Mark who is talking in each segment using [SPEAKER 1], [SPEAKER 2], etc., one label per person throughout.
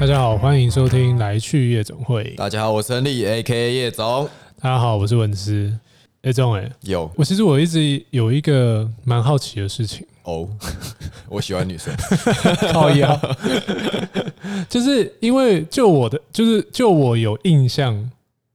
[SPEAKER 1] 大家好，欢迎收听《来去夜总会》。
[SPEAKER 2] 大家好，我是亨利，A K A 叶总。
[SPEAKER 1] 大家好，我是文思。哎、钟哎，
[SPEAKER 2] 有
[SPEAKER 1] 我其实我一直有一个蛮好奇的事情，
[SPEAKER 2] 哦， 我喜欢女生。
[SPEAKER 1] 靠腰， 就是因为就我的，就是就我有印象，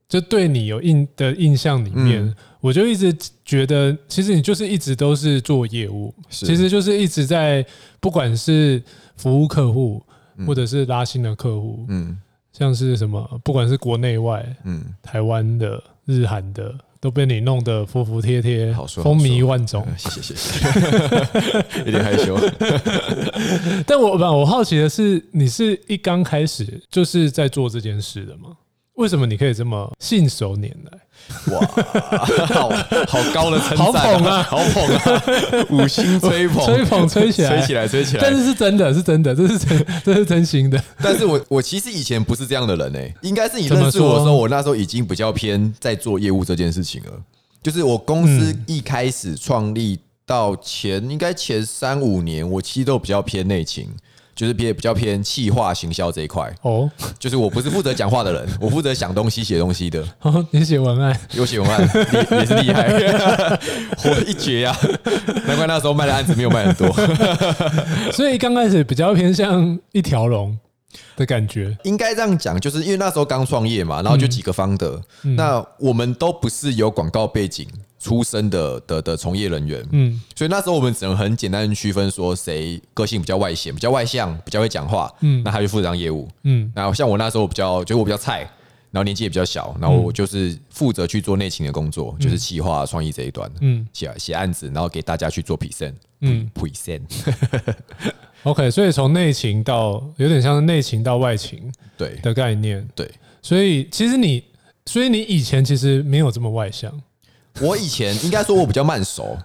[SPEAKER 1] 就对你有印的印象里面，
[SPEAKER 2] 嗯
[SPEAKER 1] 我就一直觉得，其实你就是一直都是做业务，
[SPEAKER 2] 是
[SPEAKER 1] 其实就是一直在，不管是服务客户，
[SPEAKER 2] 嗯
[SPEAKER 1] 或者是拉新的客户，
[SPEAKER 2] 嗯
[SPEAKER 1] 像是什么，不管是国内外，
[SPEAKER 2] 嗯，
[SPEAKER 1] 台湾的、日韩的，都被你弄得服服帖帖，
[SPEAKER 2] 好说好
[SPEAKER 1] 风靡
[SPEAKER 2] 说
[SPEAKER 1] 万种。
[SPEAKER 2] 呃谢谢谢谢， 有点害羞。
[SPEAKER 1] 但我吧，我好奇的是，你是一刚开始就是在做这件事的吗？为什么你可以这么信手拈来？
[SPEAKER 2] 哇，好好高的称
[SPEAKER 1] 好
[SPEAKER 2] 赞，
[SPEAKER 1] 捧啊
[SPEAKER 2] 好捧 啊，五星吹捧，
[SPEAKER 1] 吹捧吹起来
[SPEAKER 2] 吹起来，吹起来。
[SPEAKER 1] 但是是真的，是真的，这是真， 这是真心的。
[SPEAKER 2] 但是我我其实以前不是这样的人诶、欸应该是你认识我的时
[SPEAKER 1] 怎么
[SPEAKER 2] 候，
[SPEAKER 1] 说
[SPEAKER 2] 我那时候已经比较偏在做业务这件事情了。就是我公司
[SPEAKER 1] 嗯
[SPEAKER 2] 一开始创立到前，应该前三五年，我其实都比较偏内勤，就是偏比较偏企划行销这一块。
[SPEAKER 1] 哦，
[SPEAKER 2] 就是我不是负责讲话 的人，我负责想东西、写东西的。
[SPEAKER 1] 哦你写文案，
[SPEAKER 2] 有写文案也也是厉害， 活一绝呀、难怪那时候卖的案子没有卖很多。
[SPEAKER 1] 所以刚开始比较偏向一条龙的感觉。
[SPEAKER 2] 应该这样讲，就是因为那时候刚创业嘛，然后就几个方的，
[SPEAKER 1] 嗯
[SPEAKER 2] 那我们都不是有广告背景出身的的的从业人员，
[SPEAKER 1] 嗯
[SPEAKER 2] 所以那时候我们只能很简单的区分说谁个性比较外显、比较外向、比较会讲话，
[SPEAKER 1] 嗯
[SPEAKER 2] 那他就负责当业务。
[SPEAKER 1] 嗯
[SPEAKER 2] 那像我那时候比较，就是我比较菜，然后年纪也比较
[SPEAKER 1] 嗯
[SPEAKER 2] 小，然后我就是负责去做内勤的工作，就是企划、创意这一端，
[SPEAKER 1] 嗯
[SPEAKER 2] 写写案子，然后给大家去做 present，
[SPEAKER 1] 嗯
[SPEAKER 2] 嗯，present，
[SPEAKER 1] ，OK。所以从内勤到有点像是内勤到外勤
[SPEAKER 2] 对
[SPEAKER 1] 的概念。
[SPEAKER 2] 对。
[SPEAKER 1] 所以其实你，所以你以前其实没有这么外向，
[SPEAKER 2] 我以前应该说我比较慢熟，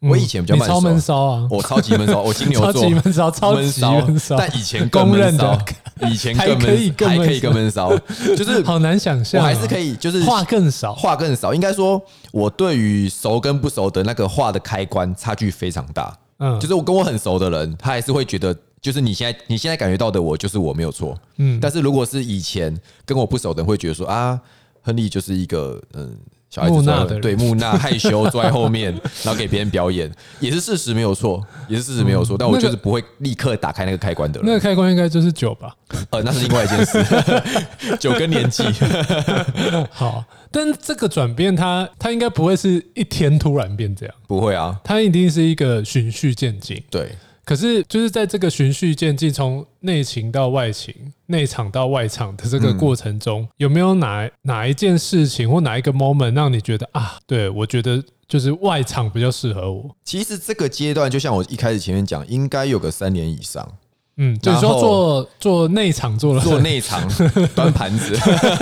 [SPEAKER 2] 我以前比较
[SPEAKER 1] 嗯你
[SPEAKER 2] 慢
[SPEAKER 1] 超
[SPEAKER 2] 熟，
[SPEAKER 1] 闷骚啊，
[SPEAKER 2] 我超级闷 骚，我金牛
[SPEAKER 1] 超
[SPEAKER 2] 座
[SPEAKER 1] 级闷骚，超级闷骚，
[SPEAKER 2] 但以前更闷骚
[SPEAKER 1] 公，
[SPEAKER 2] 以前更
[SPEAKER 1] 还可以
[SPEAKER 2] 闷，
[SPEAKER 1] 更
[SPEAKER 2] 还可
[SPEAKER 1] 闷
[SPEAKER 2] 以
[SPEAKER 1] 骚
[SPEAKER 2] 更闷骚，就是
[SPEAKER 1] 好难想
[SPEAKER 2] 我
[SPEAKER 1] 象啊、
[SPEAKER 2] 还是可以，就是
[SPEAKER 1] 话更少。
[SPEAKER 2] 话更少。应该说，我对于熟跟不熟的那个话的开关差距非常大。
[SPEAKER 1] 嗯，
[SPEAKER 2] 就是我跟我很熟的人，他还是会觉得，就是你现在你现在感觉到的我，就是我没有错。
[SPEAKER 1] 嗯
[SPEAKER 2] 嗯，但是如果是以前跟我不熟的人，会觉得说啊，亨利就是一个嗯。小孩子
[SPEAKER 1] 木讷
[SPEAKER 2] 坐在
[SPEAKER 1] 的人
[SPEAKER 2] 对木讷害羞坐在 后面，然后给别人表演，也是事实没有错，也是事实没有错。但我
[SPEAKER 1] 嗯那个
[SPEAKER 2] 就是不会立刻打开那个开关的人
[SPEAKER 1] 那，个开关应该就是酒 吧。
[SPEAKER 2] 呃，那是另外一件事， 酒跟年纪。
[SPEAKER 1] 好，但这个转变它，它应该不会是一天突然变这样，
[SPEAKER 2] 不会啊，
[SPEAKER 1] 它一定是一个循序渐进。
[SPEAKER 2] 对，
[SPEAKER 1] 可是就是在这个循序渐进，从内情到外情，内场到外场的这个过程中，有没有哪哪一件事情或哪一个 moment 让你觉得啊，对我觉得就是外场比较适合我？
[SPEAKER 2] 其实这个阶段就像我一开始前面讲，应该有个三年以上，
[SPEAKER 1] 嗯，就是
[SPEAKER 2] 然
[SPEAKER 1] 说
[SPEAKER 2] 后
[SPEAKER 1] 做做内场做了
[SPEAKER 2] 做内场端盘子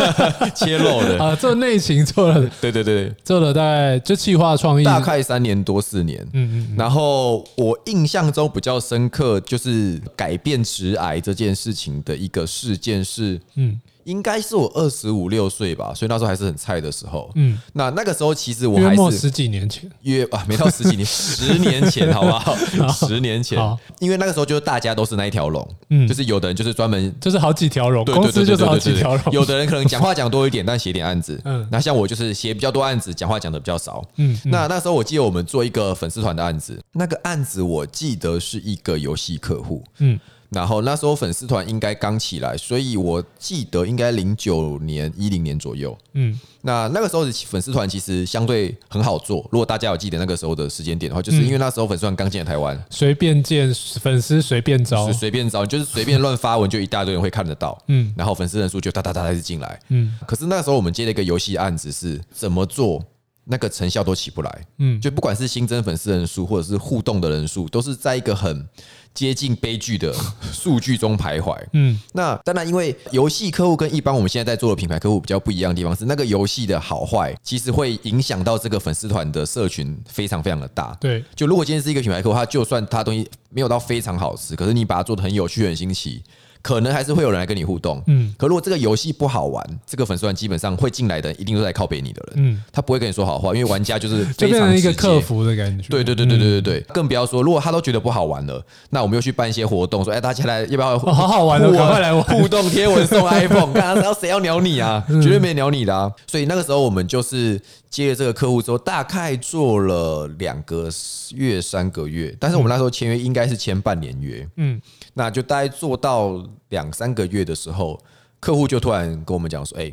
[SPEAKER 2] 切肉 的，
[SPEAKER 1] 啊，做内勤做了
[SPEAKER 2] 对对对，
[SPEAKER 1] 做了大概就企划创意，
[SPEAKER 2] 大概三年多四年。
[SPEAKER 1] 嗯嗯
[SPEAKER 2] 然后我印象中比较深刻就是改变直癌这件事情的一个事件是，
[SPEAKER 1] 嗯
[SPEAKER 2] 应该是我二十五六岁吧，所以那时候还是很菜的时候。
[SPEAKER 1] 嗯，
[SPEAKER 2] 那那个时候其实我
[SPEAKER 1] 约
[SPEAKER 2] 还
[SPEAKER 1] 莫
[SPEAKER 2] 是
[SPEAKER 1] 十几年前，
[SPEAKER 2] 约啊，没到十 几年，十年前好不好？十年前
[SPEAKER 1] 好，
[SPEAKER 2] 因为那个时候就是大家都是那一条龙，
[SPEAKER 1] 嗯
[SPEAKER 2] 就是有的人就是专门
[SPEAKER 1] 就是好几条龙，
[SPEAKER 2] 对
[SPEAKER 1] 公司
[SPEAKER 2] 对对对
[SPEAKER 1] 就是好
[SPEAKER 2] 对
[SPEAKER 1] 几
[SPEAKER 2] 对
[SPEAKER 1] 条龙，
[SPEAKER 2] 有的人可能讲话讲多一点，但写点案子。
[SPEAKER 1] 嗯
[SPEAKER 2] 嗯，那像我就是写比较多案子，讲话讲的比较少。
[SPEAKER 1] 嗯
[SPEAKER 2] 嗯，那那时候我记得我们做一个粉丝团的案子，那个案子我记得是一个游戏客户。
[SPEAKER 1] 嗯
[SPEAKER 2] 然后那时候粉丝团应该刚起来，所以我记得应该零九年、一零年左右。
[SPEAKER 1] 嗯
[SPEAKER 2] 那那个时候的粉丝团其实相对很好做，如果大家有记得那个时候的时间点的话，就是因为那时候粉丝团刚进来台湾，
[SPEAKER 1] 随便见粉丝随便招
[SPEAKER 2] 是，随便找，你就是随便乱发文，就一大堆人会看得到。
[SPEAKER 1] 嗯
[SPEAKER 2] 然后粉丝人数就哒哒哒一直进来。
[SPEAKER 1] 嗯
[SPEAKER 2] 可是那时候我们接了一个游戏案子，是怎么做那个成效都起不来，
[SPEAKER 1] 嗯，
[SPEAKER 2] 就不管是新增粉丝人数或者是互动的人数，都是在一个很接近悲剧的数据中徘徊。
[SPEAKER 1] 嗯
[SPEAKER 2] 那当然，因为游戏客户跟一般我们现在在做的品牌客户比较不一样的地方是，那个游戏的好坏其实会影响到这个粉丝团的社群非常非常的大。
[SPEAKER 1] 对，
[SPEAKER 2] 就如果今天是一个品牌客户，他就算他东西没有到非常好吃，可是你把它做的很有趣、很新奇，可能还是会有人来跟你互动。
[SPEAKER 1] 嗯
[SPEAKER 2] 可如果这个游戏不好玩，这个粉丝团基本上会进来的人一定都在靠北你的人，
[SPEAKER 1] 嗯，
[SPEAKER 2] 他不会跟你说好话，因为玩家就是
[SPEAKER 1] 就
[SPEAKER 2] 非
[SPEAKER 1] 变
[SPEAKER 2] 常
[SPEAKER 1] 成一个
[SPEAKER 2] 直接
[SPEAKER 1] 客服的感觉。
[SPEAKER 2] 对对对对对对对，更不要说，如果他都觉得不好玩了，那我们又去办一些活动，说哎，大家来要不要？
[SPEAKER 1] 哦好好玩哦
[SPEAKER 2] 互
[SPEAKER 1] 赶快来玩
[SPEAKER 2] 互动贴文送 iPhone，看他谁要鸟你啊，绝对
[SPEAKER 1] 嗯
[SPEAKER 2] 没鸟你的啊。所以那个时候我们就是接了这个客户之后，大概做了两个月、三个月，但是我们那时候签约应该是签半年约，
[SPEAKER 1] 嗯，
[SPEAKER 2] 那就大概做到两三个月的时候，客户就突然跟我们讲说，哎，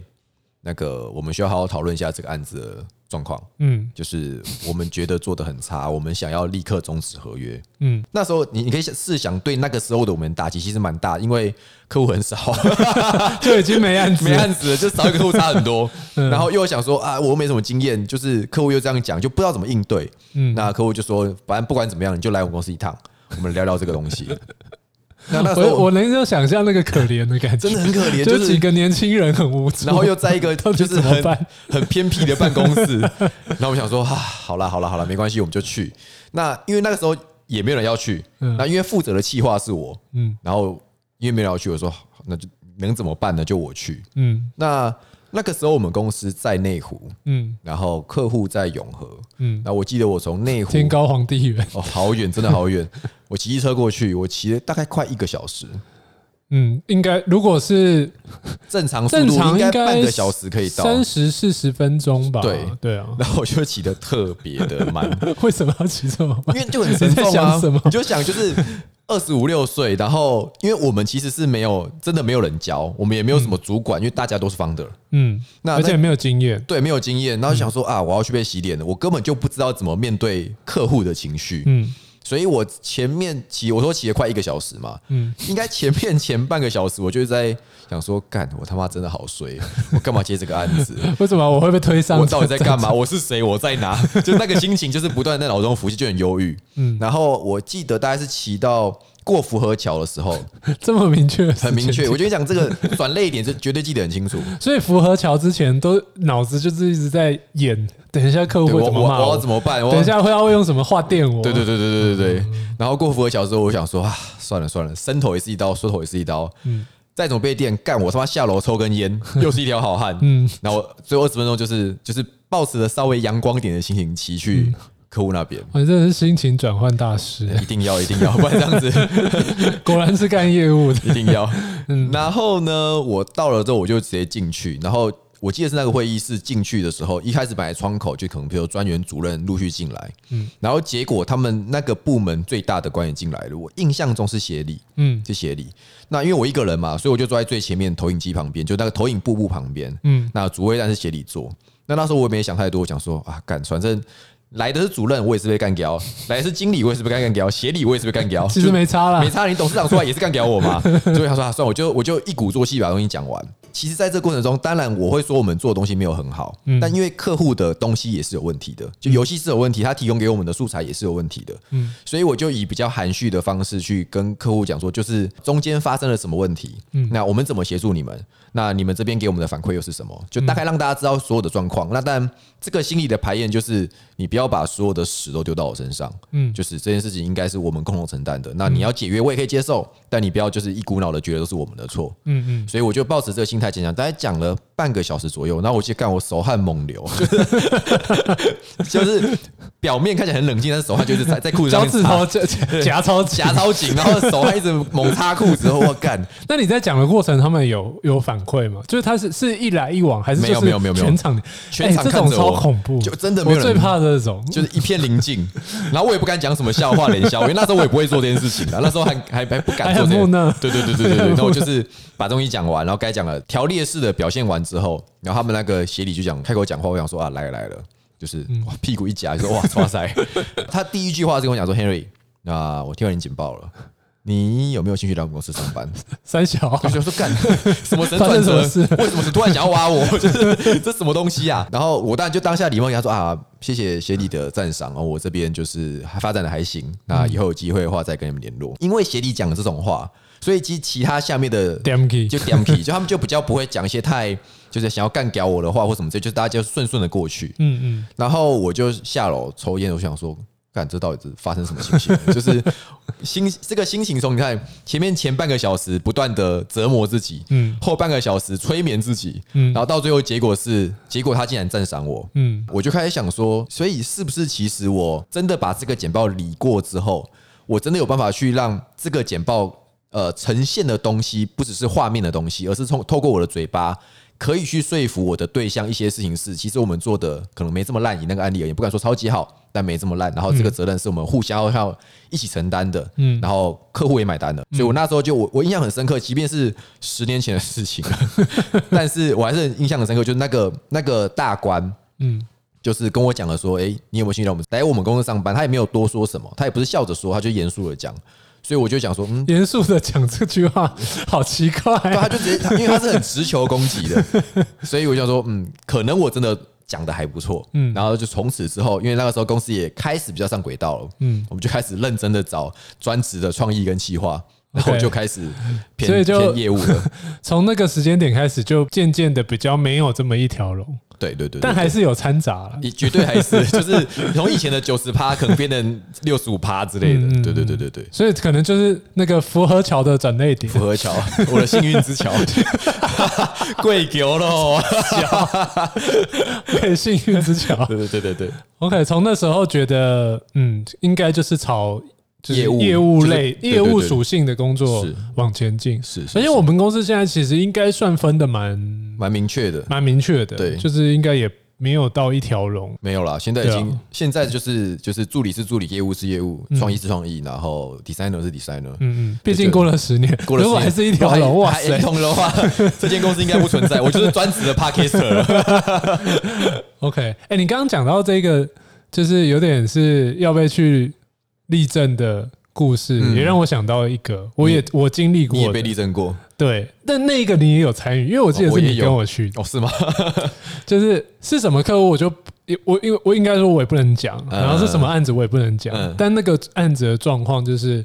[SPEAKER 2] 那个我们需要好好讨论一下这个案子的状况。
[SPEAKER 1] 嗯
[SPEAKER 2] 就是我们觉得做的很差，我们想要立刻终止合约。
[SPEAKER 1] 嗯
[SPEAKER 2] 那时候你你可以想试想，对那个时候的我们打击其实蛮大，因为客户很少，
[SPEAKER 1] 嗯，就已经没案子嗯
[SPEAKER 2] 没
[SPEAKER 1] 了，
[SPEAKER 2] 案子了就少一个客户差 很多。然后又想说啊，我又没什么经验，就是客户又这样讲，就不知道怎么应对。
[SPEAKER 1] 嗯
[SPEAKER 2] 那客户就说，反正不管怎么样，你就来我们公司一趟，我们聊聊这个 东西。那那时候
[SPEAKER 1] 我我能够想象那个可怜的感觉，
[SPEAKER 2] 真的很可怜，
[SPEAKER 1] 就
[SPEAKER 2] 就是是
[SPEAKER 1] 几个年轻人很无助，
[SPEAKER 2] 然后又在一个
[SPEAKER 1] 到底
[SPEAKER 2] 就是
[SPEAKER 1] 怎么
[SPEAKER 2] 很
[SPEAKER 1] 办
[SPEAKER 2] 很偏僻的办公室，然后我想说啊，好啦好啦好啦，没关系，我们就去。那因为那个时候也没有人要去，
[SPEAKER 1] 嗯
[SPEAKER 2] 那因为负责的企划是我，
[SPEAKER 1] 嗯
[SPEAKER 2] 然后因为没有人要去，我说好那就能怎么办呢？就我去。
[SPEAKER 1] 嗯
[SPEAKER 2] 那那个时候我们公司在内湖，
[SPEAKER 1] 嗯
[SPEAKER 2] 然后客户在永和。
[SPEAKER 1] 嗯，
[SPEAKER 2] 那我记得我从内湖
[SPEAKER 1] 天高皇帝远，
[SPEAKER 2] 哦，好远，真的好远。我骑机车过去，我骑了大概快一个小时，
[SPEAKER 1] 嗯，应该如果是
[SPEAKER 2] 正常速
[SPEAKER 1] 正
[SPEAKER 2] 度
[SPEAKER 1] 常
[SPEAKER 2] 应
[SPEAKER 1] 应
[SPEAKER 2] 该
[SPEAKER 1] 该
[SPEAKER 2] 半个小时可以到。
[SPEAKER 1] 三十四十分钟吧，
[SPEAKER 2] 对
[SPEAKER 1] 对啊，
[SPEAKER 2] 然后我就骑得特别的慢，
[SPEAKER 1] 为什么要骑这么慢？
[SPEAKER 2] 因为就很沉
[SPEAKER 1] 你在
[SPEAKER 2] 重啊
[SPEAKER 1] 想什么。
[SPEAKER 2] 你就想就是二十五六岁，然后因为我们其实是没有真的没有人教，我们也没有什么主管，因为大家都是 founder，
[SPEAKER 1] 嗯，
[SPEAKER 2] 那
[SPEAKER 1] 而且没有经验，
[SPEAKER 2] 对，没有经验，然后想说啊，我要去被洗脸了，我根本就不知道怎么面对客户的情绪，
[SPEAKER 1] 嗯
[SPEAKER 2] 所以我前面骑，我说骑了快一个小时嘛，
[SPEAKER 1] 嗯
[SPEAKER 2] 应该前面前半个小时我就在想说，干，我他妈真的好衰，我干嘛接这个案子？
[SPEAKER 1] 为什么我会被推上？
[SPEAKER 2] 我到底在干嘛？我是谁？我在哪？ 就那个心情，就是不断在脑中浮现，就很忧郁。
[SPEAKER 1] 嗯
[SPEAKER 2] 嗯，然后我记得大概是骑到过福河桥的时候，
[SPEAKER 1] 这么明确的事情？
[SPEAKER 2] 很 明确。我就跟你讲这个转泪点，是绝对记得很清楚。
[SPEAKER 1] 所以符合桥之前都脑子就是一直在演，等一下客户
[SPEAKER 2] 对
[SPEAKER 1] 会
[SPEAKER 2] 我
[SPEAKER 1] 怎
[SPEAKER 2] 我
[SPEAKER 1] 么骂
[SPEAKER 2] 我要怎么办？我
[SPEAKER 1] 等一，下嗯会要会用什么话电我？
[SPEAKER 2] 啊对对对对对对对。然后过福河桥之后，我想说啊，算了算了，伸头也是一刀，缩头也是一刀。嗯。再怎么被电，干我他妈下楼抽 根烟，又是一条好汉。嗯，然后最后二十分钟就是就是抱持着稍微阳光点的心情骑
[SPEAKER 1] 嗯
[SPEAKER 2] 去客户那边，
[SPEAKER 1] 反正是心情转换大师，
[SPEAKER 2] 一定要一定要，不然这样子
[SPEAKER 1] 果然是干业 务的。
[SPEAKER 2] 一定 要。
[SPEAKER 1] 嗯
[SPEAKER 2] 然后呢，我到了之后我就直接进去，然后我记得是那个会议室进去的时候，一开始本来窗口就可能比如专员、主任陆续进来，嗯，然后结果他们那个部门最大的官员进来了，我印象中是协理，
[SPEAKER 1] 嗯
[SPEAKER 2] 是协理。那因为我一个人嘛，所以我就坐在最前面投影机旁边，就那个投影布布旁边，
[SPEAKER 1] 嗯
[SPEAKER 2] 那主位站是协理座。那那时候我也没想太多，我想说啊，干，反正来的是主任，我也是被干掉；来的是经理，我也是被干干掉；协理我也是被干掉。
[SPEAKER 1] 其实没差啦
[SPEAKER 2] 没差，你董事长出来也是干掉我嘛。所以他说啊，算了我就我就一鼓作气把东西讲完。其实，在这过程中，当然我会说我们做的东西没有很好，但因为客户的东西也是有问题的，就游戏是有问题，他提供给我们的素材也是有问题的，
[SPEAKER 1] 嗯
[SPEAKER 2] 所以我就以比较含蓄的方式去跟客户讲说，就是中间发生了什么问题，那我们怎么协助你们？那你们这边给我们的反馈又是什么？就大概让大家知道所有的状况。那当然，这个心理的排演就是你不要把所有的屎都丢到我身上，
[SPEAKER 1] 嗯
[SPEAKER 2] 就是这件事情应该是我们共同承担的。那你要解约，我也可以接受，但你不要就是一股脑的觉得都是我们的错。
[SPEAKER 1] 嗯嗯，
[SPEAKER 2] 所以我就抱持这个心态讲讲，大概讲了半个小时左右，然后我去干，我手汗猛流， 就是就是表面看起来很冷静，但是手汗就是在在裤子上
[SPEAKER 1] 脚
[SPEAKER 2] 面
[SPEAKER 1] 趾
[SPEAKER 2] 擦
[SPEAKER 1] 头夹夹夹 超紧
[SPEAKER 2] 夹。超紧，然后手汗一直猛擦裤子，我干，
[SPEAKER 1] 那你在讲的过程，他们有有反馈吗？就是他是是一来一往，还是
[SPEAKER 2] 没有
[SPEAKER 1] 就是
[SPEAKER 2] 没有没有没有
[SPEAKER 1] 全场
[SPEAKER 2] 全场
[SPEAKER 1] 哎这
[SPEAKER 2] 看
[SPEAKER 1] 种
[SPEAKER 2] 着
[SPEAKER 1] 超
[SPEAKER 2] 我
[SPEAKER 1] 恐怖，
[SPEAKER 2] 就真的没
[SPEAKER 1] 我
[SPEAKER 2] 有人
[SPEAKER 1] 最怕这种，
[SPEAKER 2] 就是一片宁静。然后我也不敢讲什么笑话、冷笑，因为那时候我也不会做这件事情啊，那时候还还还不敢
[SPEAKER 1] 还
[SPEAKER 2] 做
[SPEAKER 1] 很
[SPEAKER 2] 这
[SPEAKER 1] 木
[SPEAKER 2] 件。
[SPEAKER 1] 讷。
[SPEAKER 2] 对对对对对对，然后我就是把东西讲完，然后该讲了条列式的表现完之后，然后他们那个协理就讲开口讲话，我想说啊来了来了，就是
[SPEAKER 1] 嗯
[SPEAKER 2] 哇屁股一夹，就说哇 哇塞，他第一句话是跟我讲说 Henry，那我听完你简报了，你有没有兴趣来我们公司上班？
[SPEAKER 1] 三小啊
[SPEAKER 2] 我，就说 干什么神
[SPEAKER 1] 发生
[SPEAKER 2] 转
[SPEAKER 1] 什
[SPEAKER 2] 折
[SPEAKER 1] 么事？
[SPEAKER 2] 为什么是突然想要 挖我？就是这什么东西啊？然后我当然就当下礼貌跟他说啊，谢谢协理的赞赏哦，我这边就是发展的还行，那以后有机会的话再跟你们联络。因为协理讲了这种话，所以其实其他下面的
[SPEAKER 1] damn key，
[SPEAKER 2] 就点皮，就他们就比较不会讲一些太就是想要干掉我的话或什么这，就大家就顺顺的过去。
[SPEAKER 1] 嗯嗯，
[SPEAKER 2] 然后我就下楼抽烟，我想说，干这到底是发生什么情形？就是心这个心情从你看前面前半个小时不断的折磨自己，
[SPEAKER 1] 嗯
[SPEAKER 2] 后半个小时催眠自己，
[SPEAKER 1] 嗯
[SPEAKER 2] 然后到最后结果是，结果他竟然赞赏我，
[SPEAKER 1] 嗯
[SPEAKER 2] 我就开始想说，所以是不是其实我真的把这个简报理过之后，我真的有办法去让这个简报呃呈现的东西不只是画面的东西，而是从透过我的嘴巴。可以去说服我的对象一些事情是，其实我们做的可能没这么烂，以那个案例而言，不敢说超级好，但没这么烂。然后这个责任是我们互相要一起承担的，
[SPEAKER 1] 嗯
[SPEAKER 2] 嗯，然后客户也买单了。所以我那时候就我我印象很深刻，即便是十年前的事情， 但是我还是很印象很深刻，就是那个那个大官，
[SPEAKER 1] 嗯
[SPEAKER 2] 就是跟我讲了说，哎、你有没有兴趣来我们来我们公司上班？他也没有多说什么，他也不是笑着说，他就严肃的讲。所以我就讲说，嗯，
[SPEAKER 1] 严肃的讲这句话， 好奇怪、
[SPEAKER 2] 对，啊他就直接，他因为他是很直球攻击的， 所以我就想说，嗯，可能我真的讲的还不错，
[SPEAKER 1] 嗯
[SPEAKER 2] 嗯，然后就从此之后，因为那个时候公司也开始比较上轨道了，
[SPEAKER 1] 嗯
[SPEAKER 2] 嗯，我们就开始认真的找专职的创意跟企划，然后
[SPEAKER 1] OK
[SPEAKER 2] 就开始偏
[SPEAKER 1] 所以就
[SPEAKER 2] 偏业务了，
[SPEAKER 1] 从那个时间点开始，就渐渐的比较没有这么一条龙，
[SPEAKER 2] 对对对，
[SPEAKER 1] 但
[SPEAKER 2] 对
[SPEAKER 1] 还是有掺杂了。
[SPEAKER 2] 也绝对还是 就是从以前的九十趴，可能变成六十五趴之类
[SPEAKER 1] 嗯嗯
[SPEAKER 2] 的，
[SPEAKER 1] 嗯
[SPEAKER 2] 对对对对对。
[SPEAKER 1] 所以可能就是那个符合桥的转捩点
[SPEAKER 2] 符，合桥， 我的幸运 之桥，贵牛喽！
[SPEAKER 1] 对，幸运之 桥。
[SPEAKER 2] 对对对对对，
[SPEAKER 1] OK，从那时候觉得，嗯，应该就是朝就是
[SPEAKER 2] 业务
[SPEAKER 1] 业务类、
[SPEAKER 2] 就是对
[SPEAKER 1] 业务
[SPEAKER 2] 对对
[SPEAKER 1] 属性的工作
[SPEAKER 2] 是
[SPEAKER 1] 往前进。
[SPEAKER 2] 是是
[SPEAKER 1] 而且我们公司现在其实应该算分的蛮
[SPEAKER 2] 蛮明确的，
[SPEAKER 1] 蛮明确的，
[SPEAKER 2] 对
[SPEAKER 1] 就是应该也没有到一条龙。
[SPEAKER 2] 没有啦，现在已经、
[SPEAKER 1] 对啊
[SPEAKER 2] 现在就是就是助理是助理，业务是业务，创意是创意，然后 designer 是 designer。
[SPEAKER 1] 嗯嗯，毕竟过了十年，
[SPEAKER 2] 过了
[SPEAKER 1] 如果
[SPEAKER 2] 10
[SPEAKER 1] 还是一条
[SPEAKER 2] 如
[SPEAKER 1] 龙，
[SPEAKER 2] 果
[SPEAKER 1] 哇
[SPEAKER 2] 还还
[SPEAKER 1] 塞
[SPEAKER 2] 一通的话， 这间公司应该不存 在。我就是专职的 podcaster 了。
[SPEAKER 1] ！OK，哎、你刚刚讲到这个，就是有点是要被去立正的故事，
[SPEAKER 2] 嗯
[SPEAKER 1] 也让我想到一个，我也我经历
[SPEAKER 2] 你也
[SPEAKER 1] 过
[SPEAKER 2] 被
[SPEAKER 1] 的，
[SPEAKER 2] 立证过
[SPEAKER 1] 对，但那个你也有参与，因为我记得
[SPEAKER 2] 哦我
[SPEAKER 1] 是
[SPEAKER 2] 也
[SPEAKER 1] 你跟
[SPEAKER 2] 有
[SPEAKER 1] 我去的。
[SPEAKER 2] 哦？是吗？
[SPEAKER 1] 就是是什么客户，我就我因为我应该说我也不能讲，
[SPEAKER 2] 嗯
[SPEAKER 1] 然后是什么案子我也不能讲，
[SPEAKER 2] 嗯
[SPEAKER 1] 但那个案子的状况就是，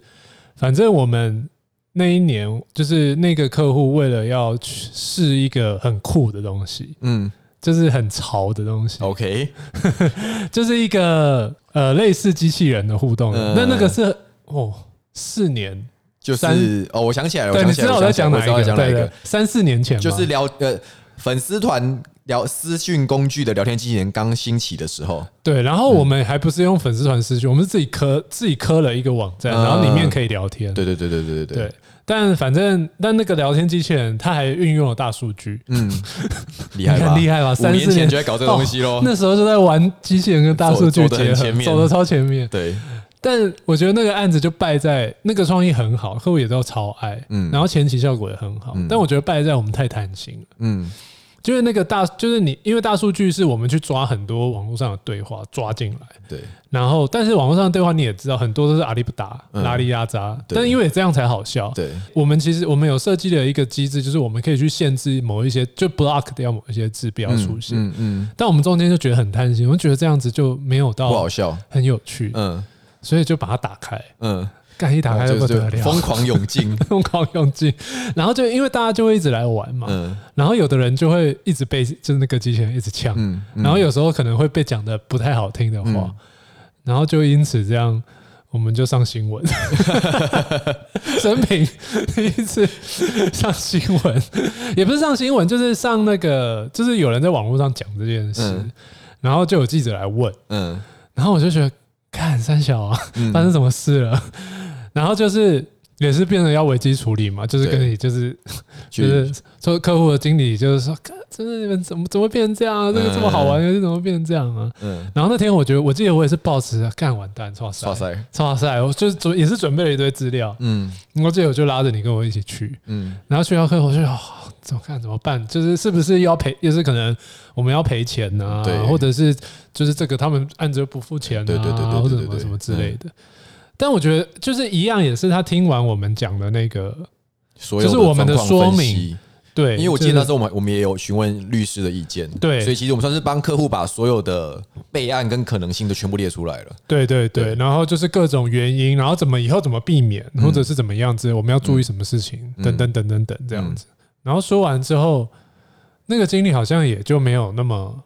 [SPEAKER 1] 反正我们那一年就是那个客户为了要去试一个很酷的东西，
[SPEAKER 2] 嗯
[SPEAKER 1] 就是很潮的东西，
[SPEAKER 2] ，OK，
[SPEAKER 1] 就是一个呃类似机器人的互动，
[SPEAKER 2] 嗯
[SPEAKER 1] 那那个是哦四年，
[SPEAKER 2] 就
[SPEAKER 1] 三
[SPEAKER 2] 是哦，我想起来了，我
[SPEAKER 1] 对，
[SPEAKER 2] 想
[SPEAKER 1] 你
[SPEAKER 2] 起
[SPEAKER 1] 知
[SPEAKER 2] 来
[SPEAKER 1] 道
[SPEAKER 2] 了
[SPEAKER 1] 我在
[SPEAKER 2] 我想起来
[SPEAKER 1] 讲
[SPEAKER 2] 了
[SPEAKER 1] 哪
[SPEAKER 2] 我
[SPEAKER 1] 一
[SPEAKER 2] 知道
[SPEAKER 1] 个？
[SPEAKER 2] 在讲哪一
[SPEAKER 1] 对对
[SPEAKER 2] 个，，
[SPEAKER 1] 三四年前嘛
[SPEAKER 2] 就是聊呃粉丝团聊私讯工具的聊天机器人刚兴起的时候，
[SPEAKER 1] 对，然后我们还不是用粉丝团私讯，我们是自己磕自己磕了一个网站，
[SPEAKER 2] 嗯
[SPEAKER 1] 然后里面可以聊天。
[SPEAKER 2] 对对对对对对
[SPEAKER 1] 对，但反正但那个聊天机器人，它还运用了大数据，
[SPEAKER 2] 嗯，厉害吧？
[SPEAKER 1] 你看厉害吧
[SPEAKER 2] 五
[SPEAKER 1] 三四年
[SPEAKER 2] 年
[SPEAKER 1] 哦
[SPEAKER 2] 前就在搞这个东西喽。
[SPEAKER 1] 那时候就在玩机器人跟大数据
[SPEAKER 2] 哦走
[SPEAKER 1] 结
[SPEAKER 2] 走得很
[SPEAKER 1] 合
[SPEAKER 2] 前，面
[SPEAKER 1] 走的超前面。
[SPEAKER 2] 对，
[SPEAKER 1] 但我觉得那个案子就败在那个创意很好，客户也都超爱，
[SPEAKER 2] 嗯
[SPEAKER 1] 然后前期效果也很好，
[SPEAKER 2] 嗯
[SPEAKER 1] 但我觉得败在我们太贪心了。
[SPEAKER 2] 嗯，
[SPEAKER 1] 就是那个大，就是你，因为大数据是我们去抓很多网络上的对话抓进来，
[SPEAKER 2] 对，
[SPEAKER 1] 然后，但是网络上的对话你也知道，很多都是阿里不达、
[SPEAKER 2] 嗯
[SPEAKER 1] 拉里拉扎，
[SPEAKER 2] 对
[SPEAKER 1] 但因为这样才好笑。
[SPEAKER 2] 对，
[SPEAKER 1] 我们其实我们有设计了一个机制，就是我们可以去限制某一些，就 block 掉某一些字不要出现。
[SPEAKER 2] 嗯嗯，
[SPEAKER 1] 但我们中间就觉得很贪心，我们觉得这样子就没有
[SPEAKER 2] 不
[SPEAKER 1] 到
[SPEAKER 2] 好笑，
[SPEAKER 1] 很有趣，
[SPEAKER 2] 嗯
[SPEAKER 1] 所以就把它打开，
[SPEAKER 2] 嗯，
[SPEAKER 1] 干一打开就不得
[SPEAKER 2] 就是
[SPEAKER 1] 了，
[SPEAKER 2] 疯狂涌进，
[SPEAKER 1] 疯狂用尽。然后就因为大家就会一直来玩嘛，
[SPEAKER 2] 嗯
[SPEAKER 1] 然后有的人就会一直被就是那个机器人一直呛，
[SPEAKER 2] 嗯，嗯
[SPEAKER 1] 然后有时候可能会被讲的不太好听的话，
[SPEAKER 2] 嗯
[SPEAKER 1] 然后就因此这样，我们就上新 闻，生平第一次上新闻，也不是上新闻，就是上那个，就是有人在网络上讲这件事，
[SPEAKER 2] 嗯
[SPEAKER 1] 然后就有记者来问，
[SPEAKER 2] 嗯
[SPEAKER 1] 然后我就觉得，看三小啊，
[SPEAKER 2] 嗯
[SPEAKER 1] 发生什么事了？然后就是。也是变得要危机处理嘛，就是跟
[SPEAKER 2] 对
[SPEAKER 1] 你就是就
[SPEAKER 2] 去
[SPEAKER 1] 是说客户的经理就是说，看真的你们怎么怎么会变成这样啊？这个这么好玩，游戏怎么会变成这样啊？
[SPEAKER 2] 嗯，
[SPEAKER 1] 然后那天我觉得，我记得我也是抱持干完蛋，哇塞
[SPEAKER 2] 哇，塞，
[SPEAKER 1] 哇塞，我就是准也是准备了一堆资料，
[SPEAKER 2] 嗯
[SPEAKER 1] 我记得我就拉着你跟我一起去，
[SPEAKER 2] 嗯
[SPEAKER 1] 然后去到客户就、哦、怎么看怎么办，就是是不是要赔，就是可能我们要赔钱呐、
[SPEAKER 2] 对
[SPEAKER 1] 或者是就是这个他们按着不付钱、啊，
[SPEAKER 2] 对对对对对
[SPEAKER 1] 或者什
[SPEAKER 2] 对
[SPEAKER 1] 么
[SPEAKER 2] 对嗯
[SPEAKER 1] 什么之类的。但我觉得就是一样，也是他听完我们讲的那个，
[SPEAKER 2] 所有
[SPEAKER 1] 就是我们的
[SPEAKER 2] 状况分
[SPEAKER 1] 说
[SPEAKER 2] 析
[SPEAKER 1] 明。对，
[SPEAKER 2] 因为我记得那时
[SPEAKER 1] 候
[SPEAKER 2] 候我们我们也有询问律师的意见，
[SPEAKER 1] 对
[SPEAKER 2] 所以其实我们算是帮客户把所有的备案跟可能性都全部列出来 了。
[SPEAKER 1] 对对对，
[SPEAKER 2] 对
[SPEAKER 1] 然后就是各种原因，然后怎么以后怎么避免，或者是怎么样子，我们要注意什么事情，
[SPEAKER 2] 嗯
[SPEAKER 1] 等等等等等这样子。然后说完之后，那个经理好像也就没有那么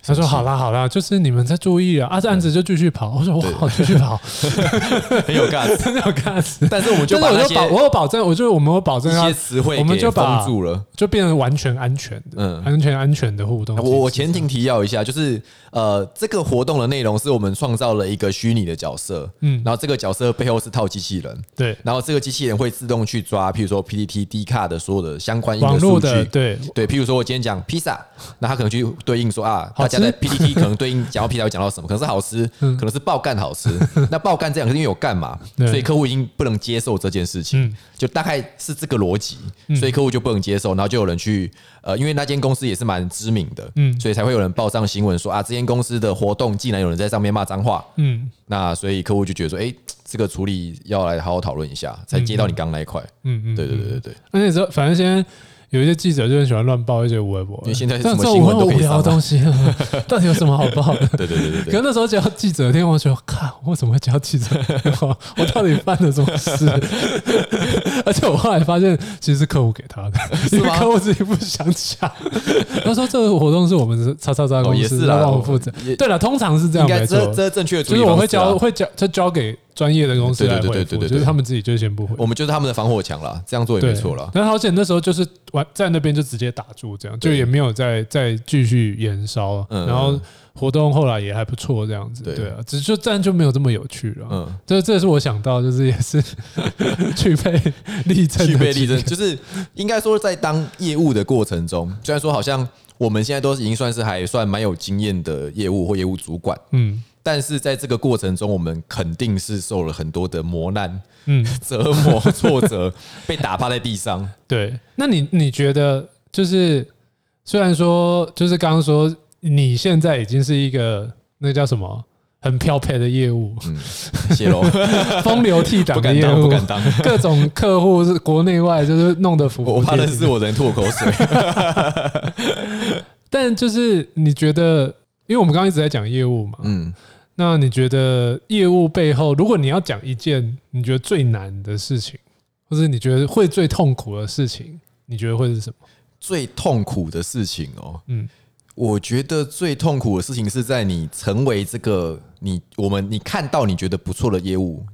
[SPEAKER 1] 他说：“好啦，好啦，就是你们在注意啊，啊，这案子就继续跑。”我说：“我好，继续跑，
[SPEAKER 2] 很有 guts，
[SPEAKER 1] 真的有 gas。”
[SPEAKER 2] 但是 我们就
[SPEAKER 1] 但
[SPEAKER 2] 把
[SPEAKER 1] 是我
[SPEAKER 2] 那
[SPEAKER 1] 就保，
[SPEAKER 2] 些
[SPEAKER 1] 我有保证，我就我们有保证
[SPEAKER 2] 一
[SPEAKER 1] 要
[SPEAKER 2] 些词汇
[SPEAKER 1] 我们
[SPEAKER 2] 给
[SPEAKER 1] 就把
[SPEAKER 2] 封住了。
[SPEAKER 1] 就变成完全安全的，
[SPEAKER 2] 嗯啊
[SPEAKER 1] 安全安全的互动机制。
[SPEAKER 2] 我我前情提要一下，就是呃，这个活动的内容是我们创造了一个虚拟的角色，
[SPEAKER 1] 嗯
[SPEAKER 2] 嗯，然后这个角色背后是套机器人，
[SPEAKER 1] 对
[SPEAKER 2] 然后这个机器人会自动去抓，譬如说 PPT、D 卡的所有的相关应
[SPEAKER 1] 网
[SPEAKER 2] 的
[SPEAKER 1] 络
[SPEAKER 2] 数
[SPEAKER 1] 的
[SPEAKER 2] 据。
[SPEAKER 1] 对
[SPEAKER 2] 对，譬如说我今天讲披 萨，那他可能去对应说啊，
[SPEAKER 1] 好
[SPEAKER 2] 大
[SPEAKER 1] 吃嗯
[SPEAKER 2] 家在 PPT 可能对应讲到披萨会讲到什么，可能是好吃，可能是爆干 好吃。那爆干这两个因为有干嘛，
[SPEAKER 1] 对
[SPEAKER 2] 所以客户已经不能接受这件事情
[SPEAKER 1] 嗯，
[SPEAKER 2] 就大概是这个逻辑，所以客户就不能接受，然后就有人去呃，因为那间公司也是蛮知名的，
[SPEAKER 1] 嗯
[SPEAKER 2] 所以才会有人报上新闻说啊，这间公司的活动竟然有人在上面骂脏话，
[SPEAKER 1] 嗯
[SPEAKER 2] 那所以客户就觉得说，哎、这个处理要来好好讨论一下，才接到你刚刚那一块。
[SPEAKER 1] 嗯嗯，
[SPEAKER 2] 对对对对对，
[SPEAKER 1] 而且这反正现在有一些记者就很喜欢乱报一些微博，
[SPEAKER 2] 因为现在
[SPEAKER 1] 这样
[SPEAKER 2] 什么
[SPEAKER 1] 做
[SPEAKER 2] 新闻
[SPEAKER 1] 我
[SPEAKER 2] 都
[SPEAKER 1] 无
[SPEAKER 2] 可以
[SPEAKER 1] 聊的
[SPEAKER 2] 上啊
[SPEAKER 1] 东西， 到底有什么好报的？
[SPEAKER 2] 对对对对
[SPEAKER 1] 可是
[SPEAKER 2] 对。
[SPEAKER 1] 那时候接到记者的电话，我觉得看我怎么会接到记者 的电话？我到底犯了什么事？而且我后来发现，其实是客户给他的， 因为
[SPEAKER 2] 吗
[SPEAKER 1] 客户自己不想讲。 他说这个活动是我们叉叉叉
[SPEAKER 2] 哦，
[SPEAKER 1] 公
[SPEAKER 2] 也
[SPEAKER 1] 司，
[SPEAKER 2] 是
[SPEAKER 1] 他
[SPEAKER 2] 啦，
[SPEAKER 1] 帮我负责。
[SPEAKER 2] 也
[SPEAKER 1] 对了，通常是这
[SPEAKER 2] 应
[SPEAKER 1] 样，
[SPEAKER 2] 该
[SPEAKER 1] 没错
[SPEAKER 2] 这。这是正确的处
[SPEAKER 1] 就
[SPEAKER 2] 理
[SPEAKER 1] 是我
[SPEAKER 2] 方
[SPEAKER 1] 会
[SPEAKER 2] 式啊啦
[SPEAKER 1] 交会交，就交给专业的公司
[SPEAKER 2] 对对
[SPEAKER 1] 来
[SPEAKER 2] 对
[SPEAKER 1] 回
[SPEAKER 2] 对
[SPEAKER 1] 复，
[SPEAKER 2] 对对
[SPEAKER 1] 就是
[SPEAKER 2] 对
[SPEAKER 1] 他们自己就先不回。
[SPEAKER 2] 我们就是他们的防火墙啦，这样做也
[SPEAKER 1] 对，
[SPEAKER 2] 没错啦。
[SPEAKER 1] 但好险那时候就是完在那边就直接打住，这样就
[SPEAKER 2] 对
[SPEAKER 1] 也没有再再继续延烧。
[SPEAKER 2] 嗯
[SPEAKER 1] 然后活动后来也还不错，这样子。
[SPEAKER 2] 对
[SPEAKER 1] 对啊，只是就但就没有这么有趣了。嗯，
[SPEAKER 2] 嗯，
[SPEAKER 1] 这这是我想到，就是也 是具备力争的
[SPEAKER 2] 具备力
[SPEAKER 1] 几个
[SPEAKER 2] 争，就是应该说在当业务的过程中，虽然说好像我们现在都已经算是还算蛮有经验的业务或业务主管，
[SPEAKER 1] 嗯
[SPEAKER 2] 但是在这个过程中，我们肯定是受了很多的磨难、
[SPEAKER 1] 嗯，
[SPEAKER 2] 折磨、 挫折，被打趴在地上。
[SPEAKER 1] 对。那你你觉得就是虽然说就是刚刚说你现在已经是一个那叫什么很漂配的业 务，
[SPEAKER 2] 嗯，谢喽。
[SPEAKER 1] 风流倜傥的
[SPEAKER 2] 不敢
[SPEAKER 1] 业
[SPEAKER 2] 当，
[SPEAKER 1] 务，
[SPEAKER 2] 不敢当。
[SPEAKER 1] 各种客户是国内外就是弄得服服
[SPEAKER 2] 我我怕
[SPEAKER 1] 帖
[SPEAKER 2] 认
[SPEAKER 1] 帖
[SPEAKER 2] 识我的人吐我口水。
[SPEAKER 1] 但就是你觉得，因为我们刚刚一直在讲业务嘛，
[SPEAKER 2] 嗯，
[SPEAKER 1] 那你觉得业务背后，如果你要讲一件你觉得最难的事情，或者你觉得会最痛苦的事情，你觉得会是什么？
[SPEAKER 2] 最痛苦的事情哦，
[SPEAKER 1] 嗯
[SPEAKER 2] 我觉得最痛苦的事情是在你成为这个你我们你看到你觉得不错的业务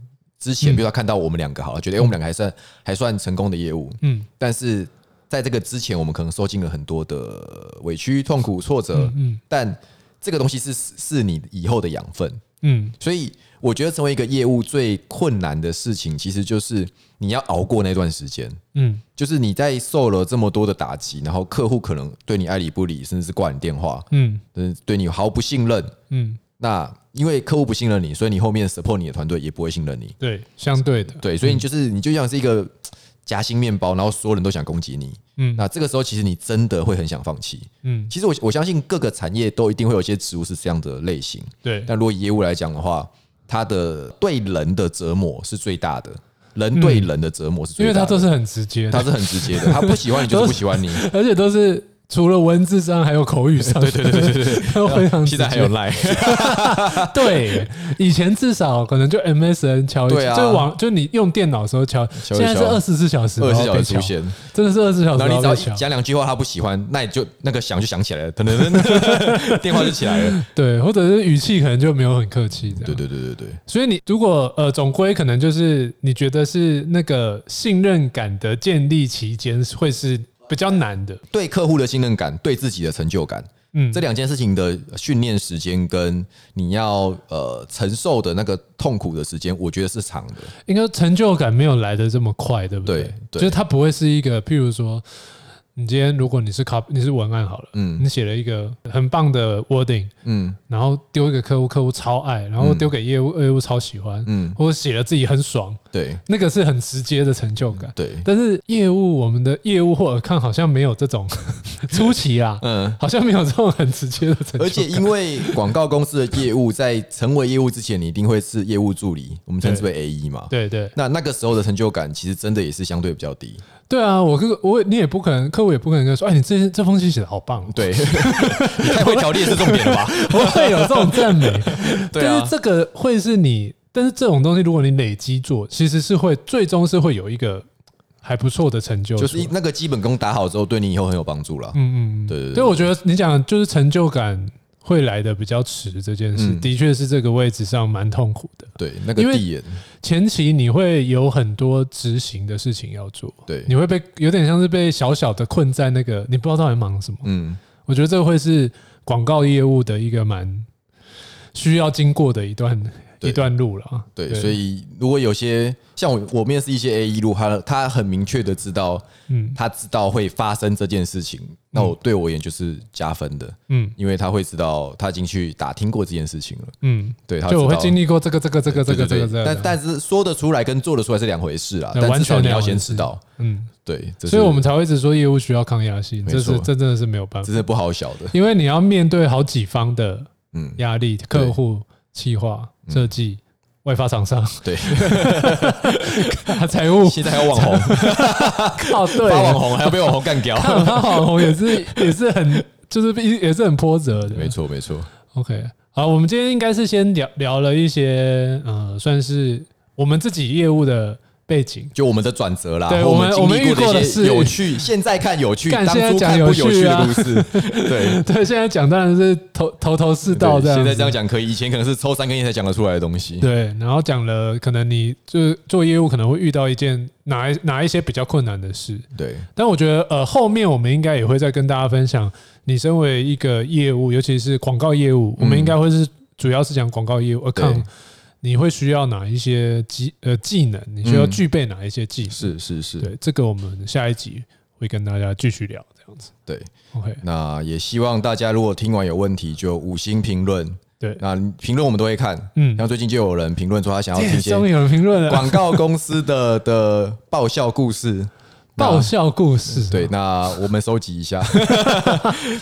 [SPEAKER 2] 之前，
[SPEAKER 1] 嗯
[SPEAKER 2] 比如他看到我们两个好了，觉得哎、诶我们两个还算还算成功的业务，
[SPEAKER 1] 嗯
[SPEAKER 2] 但是在这个之前，我们可能受尽了很多的委屈、痛苦、挫折
[SPEAKER 1] 嗯，嗯
[SPEAKER 2] 但这个东西是是你以后的养分。
[SPEAKER 1] 嗯
[SPEAKER 2] 所以我觉得成为一个业务最困难的事情，其实就是你要熬过那段时间。
[SPEAKER 1] 嗯
[SPEAKER 2] 就是你在受了这么多的打击，然后客户可能对你爱理不理，甚至是挂你电话，
[SPEAKER 1] 嗯
[SPEAKER 2] 嗯，对你毫不信任。
[SPEAKER 1] 嗯，
[SPEAKER 2] 那因为客户不信任你，所以你后面 support 你的团队也不会信任你。
[SPEAKER 1] 对，相对的，
[SPEAKER 2] 对，所以你就是你就像是一个夹心面包，然后所有人都想攻击你。
[SPEAKER 1] 嗯
[SPEAKER 2] 那这个时候，其实你真的会很想放弃。
[SPEAKER 1] 嗯
[SPEAKER 2] 其实我我相信各个产业都一定会有一些职务是这样的类型。
[SPEAKER 1] 对，
[SPEAKER 2] 但如果以业务来讲的话，它的对人的折磨是最大的，人对人的折磨
[SPEAKER 1] 嗯
[SPEAKER 2] 是
[SPEAKER 1] 因
[SPEAKER 2] 最
[SPEAKER 1] 为
[SPEAKER 2] 大的。
[SPEAKER 1] 他都是很直接
[SPEAKER 2] 他
[SPEAKER 1] 的，
[SPEAKER 2] 是很直接的，他不喜欢你就是不喜欢你。
[SPEAKER 1] 而且都是除了文字上还有口语上，对对对对对，都非常直接
[SPEAKER 2] 赖，
[SPEAKER 1] 对，以前至少可能就 MSN 敲一敲，
[SPEAKER 2] 对啊
[SPEAKER 1] 就网就你用电脑的时候敲，
[SPEAKER 2] 敲一
[SPEAKER 1] 现在是
[SPEAKER 2] 敲
[SPEAKER 1] 二十四小时，
[SPEAKER 2] 二十四小
[SPEAKER 1] 然后被
[SPEAKER 2] 时
[SPEAKER 1] 敲
[SPEAKER 2] 出，现，
[SPEAKER 1] 真的是二十四小时
[SPEAKER 2] 然后
[SPEAKER 1] 然
[SPEAKER 2] 你
[SPEAKER 1] 后
[SPEAKER 2] 只要
[SPEAKER 1] 被
[SPEAKER 2] 一
[SPEAKER 1] 敲，
[SPEAKER 2] 讲两句话他不喜欢，那你就那个响就响起来了，噔噔噔，电话就起来了。
[SPEAKER 1] 对，或者是语气可能就没有很客气这
[SPEAKER 2] 对
[SPEAKER 1] 样。
[SPEAKER 2] 对对对对，
[SPEAKER 1] 所以你如果呃总归可能就是你觉得是那个信任感的建立期间会是比较难的，
[SPEAKER 2] 对客户的信任感，对自己的成就感，
[SPEAKER 1] 嗯，
[SPEAKER 2] 这两件事情的训练时间跟你要呃承受的那个痛苦的时间，我觉得是长的。
[SPEAKER 1] 应该成就感没有来的这么快，对不
[SPEAKER 2] 对
[SPEAKER 1] 就
[SPEAKER 2] 对
[SPEAKER 1] 是它不会是一个，譬如说，你今天如果你是 cop 你是文案好了，
[SPEAKER 2] 嗯
[SPEAKER 1] 你写了一个很棒的 wording，
[SPEAKER 2] 嗯
[SPEAKER 1] 然后丢给客户，客户超爱，然后丢给业务，业务超喜欢，
[SPEAKER 2] 嗯，
[SPEAKER 1] 或者写了自己很爽，
[SPEAKER 2] 对
[SPEAKER 1] 那个是很直接的成就感。
[SPEAKER 2] 对，
[SPEAKER 1] 但是业务，我们的业务或者看好像没有这种 出奇啊，
[SPEAKER 2] 嗯。
[SPEAKER 1] 好像没有这种很直接的成就感。
[SPEAKER 2] 而且，因为广告公司的业务在成为业务之前，你一定会是业务助理，我们称之为 A E 嘛。
[SPEAKER 1] 对对
[SPEAKER 2] 那那个时候的成就感，其实真的也是相对比较低。
[SPEAKER 1] 对啊，我跟我你也不可能，客户也不可能跟他说，哎，你这这封信写的好棒，
[SPEAKER 2] 对，你太会条列是重 点了吧？
[SPEAKER 1] 不会有这种赞美。
[SPEAKER 2] 对
[SPEAKER 1] 但
[SPEAKER 2] 啊
[SPEAKER 1] 是这个会是你，但是这种东西，如果你累积做，其实是会最终是会有一个还不错的成就出
[SPEAKER 2] 就
[SPEAKER 1] 来，
[SPEAKER 2] 是一那个基本功打好之后，对你以后很有帮助了。
[SPEAKER 1] 嗯嗯嗯，
[SPEAKER 2] 对对对
[SPEAKER 1] 对，我觉得你讲的就是成就感会来的比较迟这件事，
[SPEAKER 2] 嗯
[SPEAKER 1] 的确是这个位置上蛮痛苦的。
[SPEAKER 2] 对，那个
[SPEAKER 1] 因为
[SPEAKER 2] 地眼，
[SPEAKER 1] 前期你会有很多执行的事情要做，
[SPEAKER 2] 对
[SPEAKER 1] 你，会被有点像是被小小的困在那个，你不知道到底忙什么。
[SPEAKER 2] 嗯，
[SPEAKER 1] 我觉得这会是广告业务的一个蛮需要经过的一段
[SPEAKER 2] 对
[SPEAKER 1] 一段路了啊。
[SPEAKER 2] 对，所以如果有些像我，我面试一些 A E 一路，他他很明确的知道，
[SPEAKER 1] 嗯
[SPEAKER 2] 他知道会发生这件事情，那我对我而言就是加分的，
[SPEAKER 1] 嗯
[SPEAKER 2] 因为他会知道他已经去打听过这件事情了，
[SPEAKER 1] 嗯，
[SPEAKER 2] 对，他
[SPEAKER 1] 就我会
[SPEAKER 2] 知道
[SPEAKER 1] 经历过这个这个这个这个
[SPEAKER 2] 对
[SPEAKER 1] 这
[SPEAKER 2] 对
[SPEAKER 1] 个
[SPEAKER 2] 对
[SPEAKER 1] 这个，
[SPEAKER 2] 但但是说得出来跟做得出来是两回事啦，
[SPEAKER 1] 对
[SPEAKER 2] 但
[SPEAKER 1] 完
[SPEAKER 2] 至少
[SPEAKER 1] 全
[SPEAKER 2] 你要
[SPEAKER 1] 两回
[SPEAKER 2] 先
[SPEAKER 1] 事
[SPEAKER 2] 知道，
[SPEAKER 1] 嗯，
[SPEAKER 2] 对，这
[SPEAKER 1] 所以
[SPEAKER 2] 是
[SPEAKER 1] 我们才会一直说业务需要抗压性，
[SPEAKER 2] 没
[SPEAKER 1] 这是
[SPEAKER 2] 错
[SPEAKER 1] 这真的是没有办
[SPEAKER 2] 这
[SPEAKER 1] 法，
[SPEAKER 2] 是不好小的，
[SPEAKER 1] 因为你要面对好几方的
[SPEAKER 2] 嗯，
[SPEAKER 1] 压力，客户、企划、设计、外发厂商、
[SPEAKER 2] 对，
[SPEAKER 1] 财务，
[SPEAKER 2] 现在还有网红，
[SPEAKER 1] 哦 对
[SPEAKER 2] 发网红还要被网红干掉，
[SPEAKER 1] 看他网红也 是也是很就是一也是很波折的，
[SPEAKER 2] 没错没错，
[SPEAKER 1] OK，好，我们今天应该是先聊聊了一些，呃，算是我们自己业务的背景。
[SPEAKER 2] 就我们的转折啦，
[SPEAKER 1] 对
[SPEAKER 2] 和们
[SPEAKER 1] 我们我们
[SPEAKER 2] 经历过
[SPEAKER 1] 遇过的
[SPEAKER 2] 的一些
[SPEAKER 1] 事
[SPEAKER 2] 有趣，现在看有趣，
[SPEAKER 1] 干
[SPEAKER 2] 当
[SPEAKER 1] 现
[SPEAKER 2] 初
[SPEAKER 1] 在讲
[SPEAKER 2] 看不有
[SPEAKER 1] 有
[SPEAKER 2] 趣
[SPEAKER 1] 趣
[SPEAKER 2] 的
[SPEAKER 1] 啊
[SPEAKER 2] 故事， 对。
[SPEAKER 1] 对，现在讲当然是头头头是道这
[SPEAKER 2] 对
[SPEAKER 1] 样。
[SPEAKER 2] 现在这样。讲可以，以前可能是抽三根烟才讲得出来的东西。
[SPEAKER 1] 对，然后讲了，可能你就是做业务可能会遇到一件哪一哪一些比较困难的事，
[SPEAKER 2] 对
[SPEAKER 1] 但我觉得呃后面我们应该也会再跟大家分享，你身为一个业务，尤其是广告业务，
[SPEAKER 2] 嗯
[SPEAKER 1] 我们应该会是主要是讲广告业务呃 account，你会需要哪一些技呃技能，你需要
[SPEAKER 2] 嗯
[SPEAKER 1] 具备哪一些技能？
[SPEAKER 2] 是是是，
[SPEAKER 1] 对，这个我们下一集会跟大家继续聊，这样子。
[SPEAKER 2] 对。
[SPEAKER 1] OK，
[SPEAKER 2] 那也希望大家如果听完有问题，就五星评论。
[SPEAKER 1] 对，
[SPEAKER 2] 那评论我们都会看，
[SPEAKER 1] 嗯，
[SPEAKER 2] 像最近就有人评论说他想要听一 些
[SPEAKER 1] 终于有人评论了，
[SPEAKER 2] 广告公司的的爆笑故事。那
[SPEAKER 1] 爆笑故事，啊
[SPEAKER 2] 对，，那我们收集一下。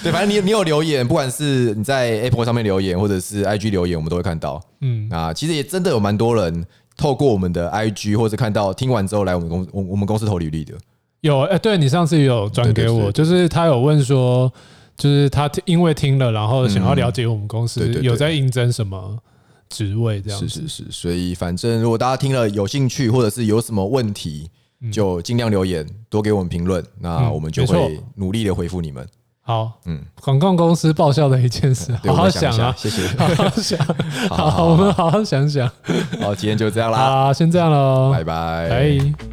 [SPEAKER 2] 对，反正你你有留言，不管是你在 Apple 上面留言，或者是 IG 留言，我们都会看到。
[SPEAKER 1] 嗯，
[SPEAKER 2] 啊，其实也真的有蛮多人透过我们的 IG 或者看到听完之后来我们公我我们公司投履历的。
[SPEAKER 1] 有，哎，对你上次也有转给我，
[SPEAKER 2] 对对对
[SPEAKER 1] 就是他有问说，就是他听因为听了，然后想要了解我们公司
[SPEAKER 2] 嗯对对对
[SPEAKER 1] 有在应征什么职位这样
[SPEAKER 2] 是
[SPEAKER 1] 子，
[SPEAKER 2] 是是，所以反正如果大家听了有兴趣，或者是有什么问题，就尽量留言，多给我们评论，那
[SPEAKER 1] 嗯
[SPEAKER 2] 我们就
[SPEAKER 1] 没错
[SPEAKER 2] 会努力的回复你们。
[SPEAKER 1] 好，
[SPEAKER 2] 嗯，
[SPEAKER 1] 广告公司爆笑的一件事，
[SPEAKER 2] 对，
[SPEAKER 1] 好
[SPEAKER 2] 我
[SPEAKER 1] 好
[SPEAKER 2] 们想
[SPEAKER 1] 想
[SPEAKER 2] 一下，
[SPEAKER 1] 啊，
[SPEAKER 2] 谢谢。
[SPEAKER 1] 好好想，
[SPEAKER 2] 好好
[SPEAKER 1] 好，我们好好想想，
[SPEAKER 2] 好，今天就这样啦，
[SPEAKER 1] 好，先这样喽，
[SPEAKER 2] 拜
[SPEAKER 1] 拜。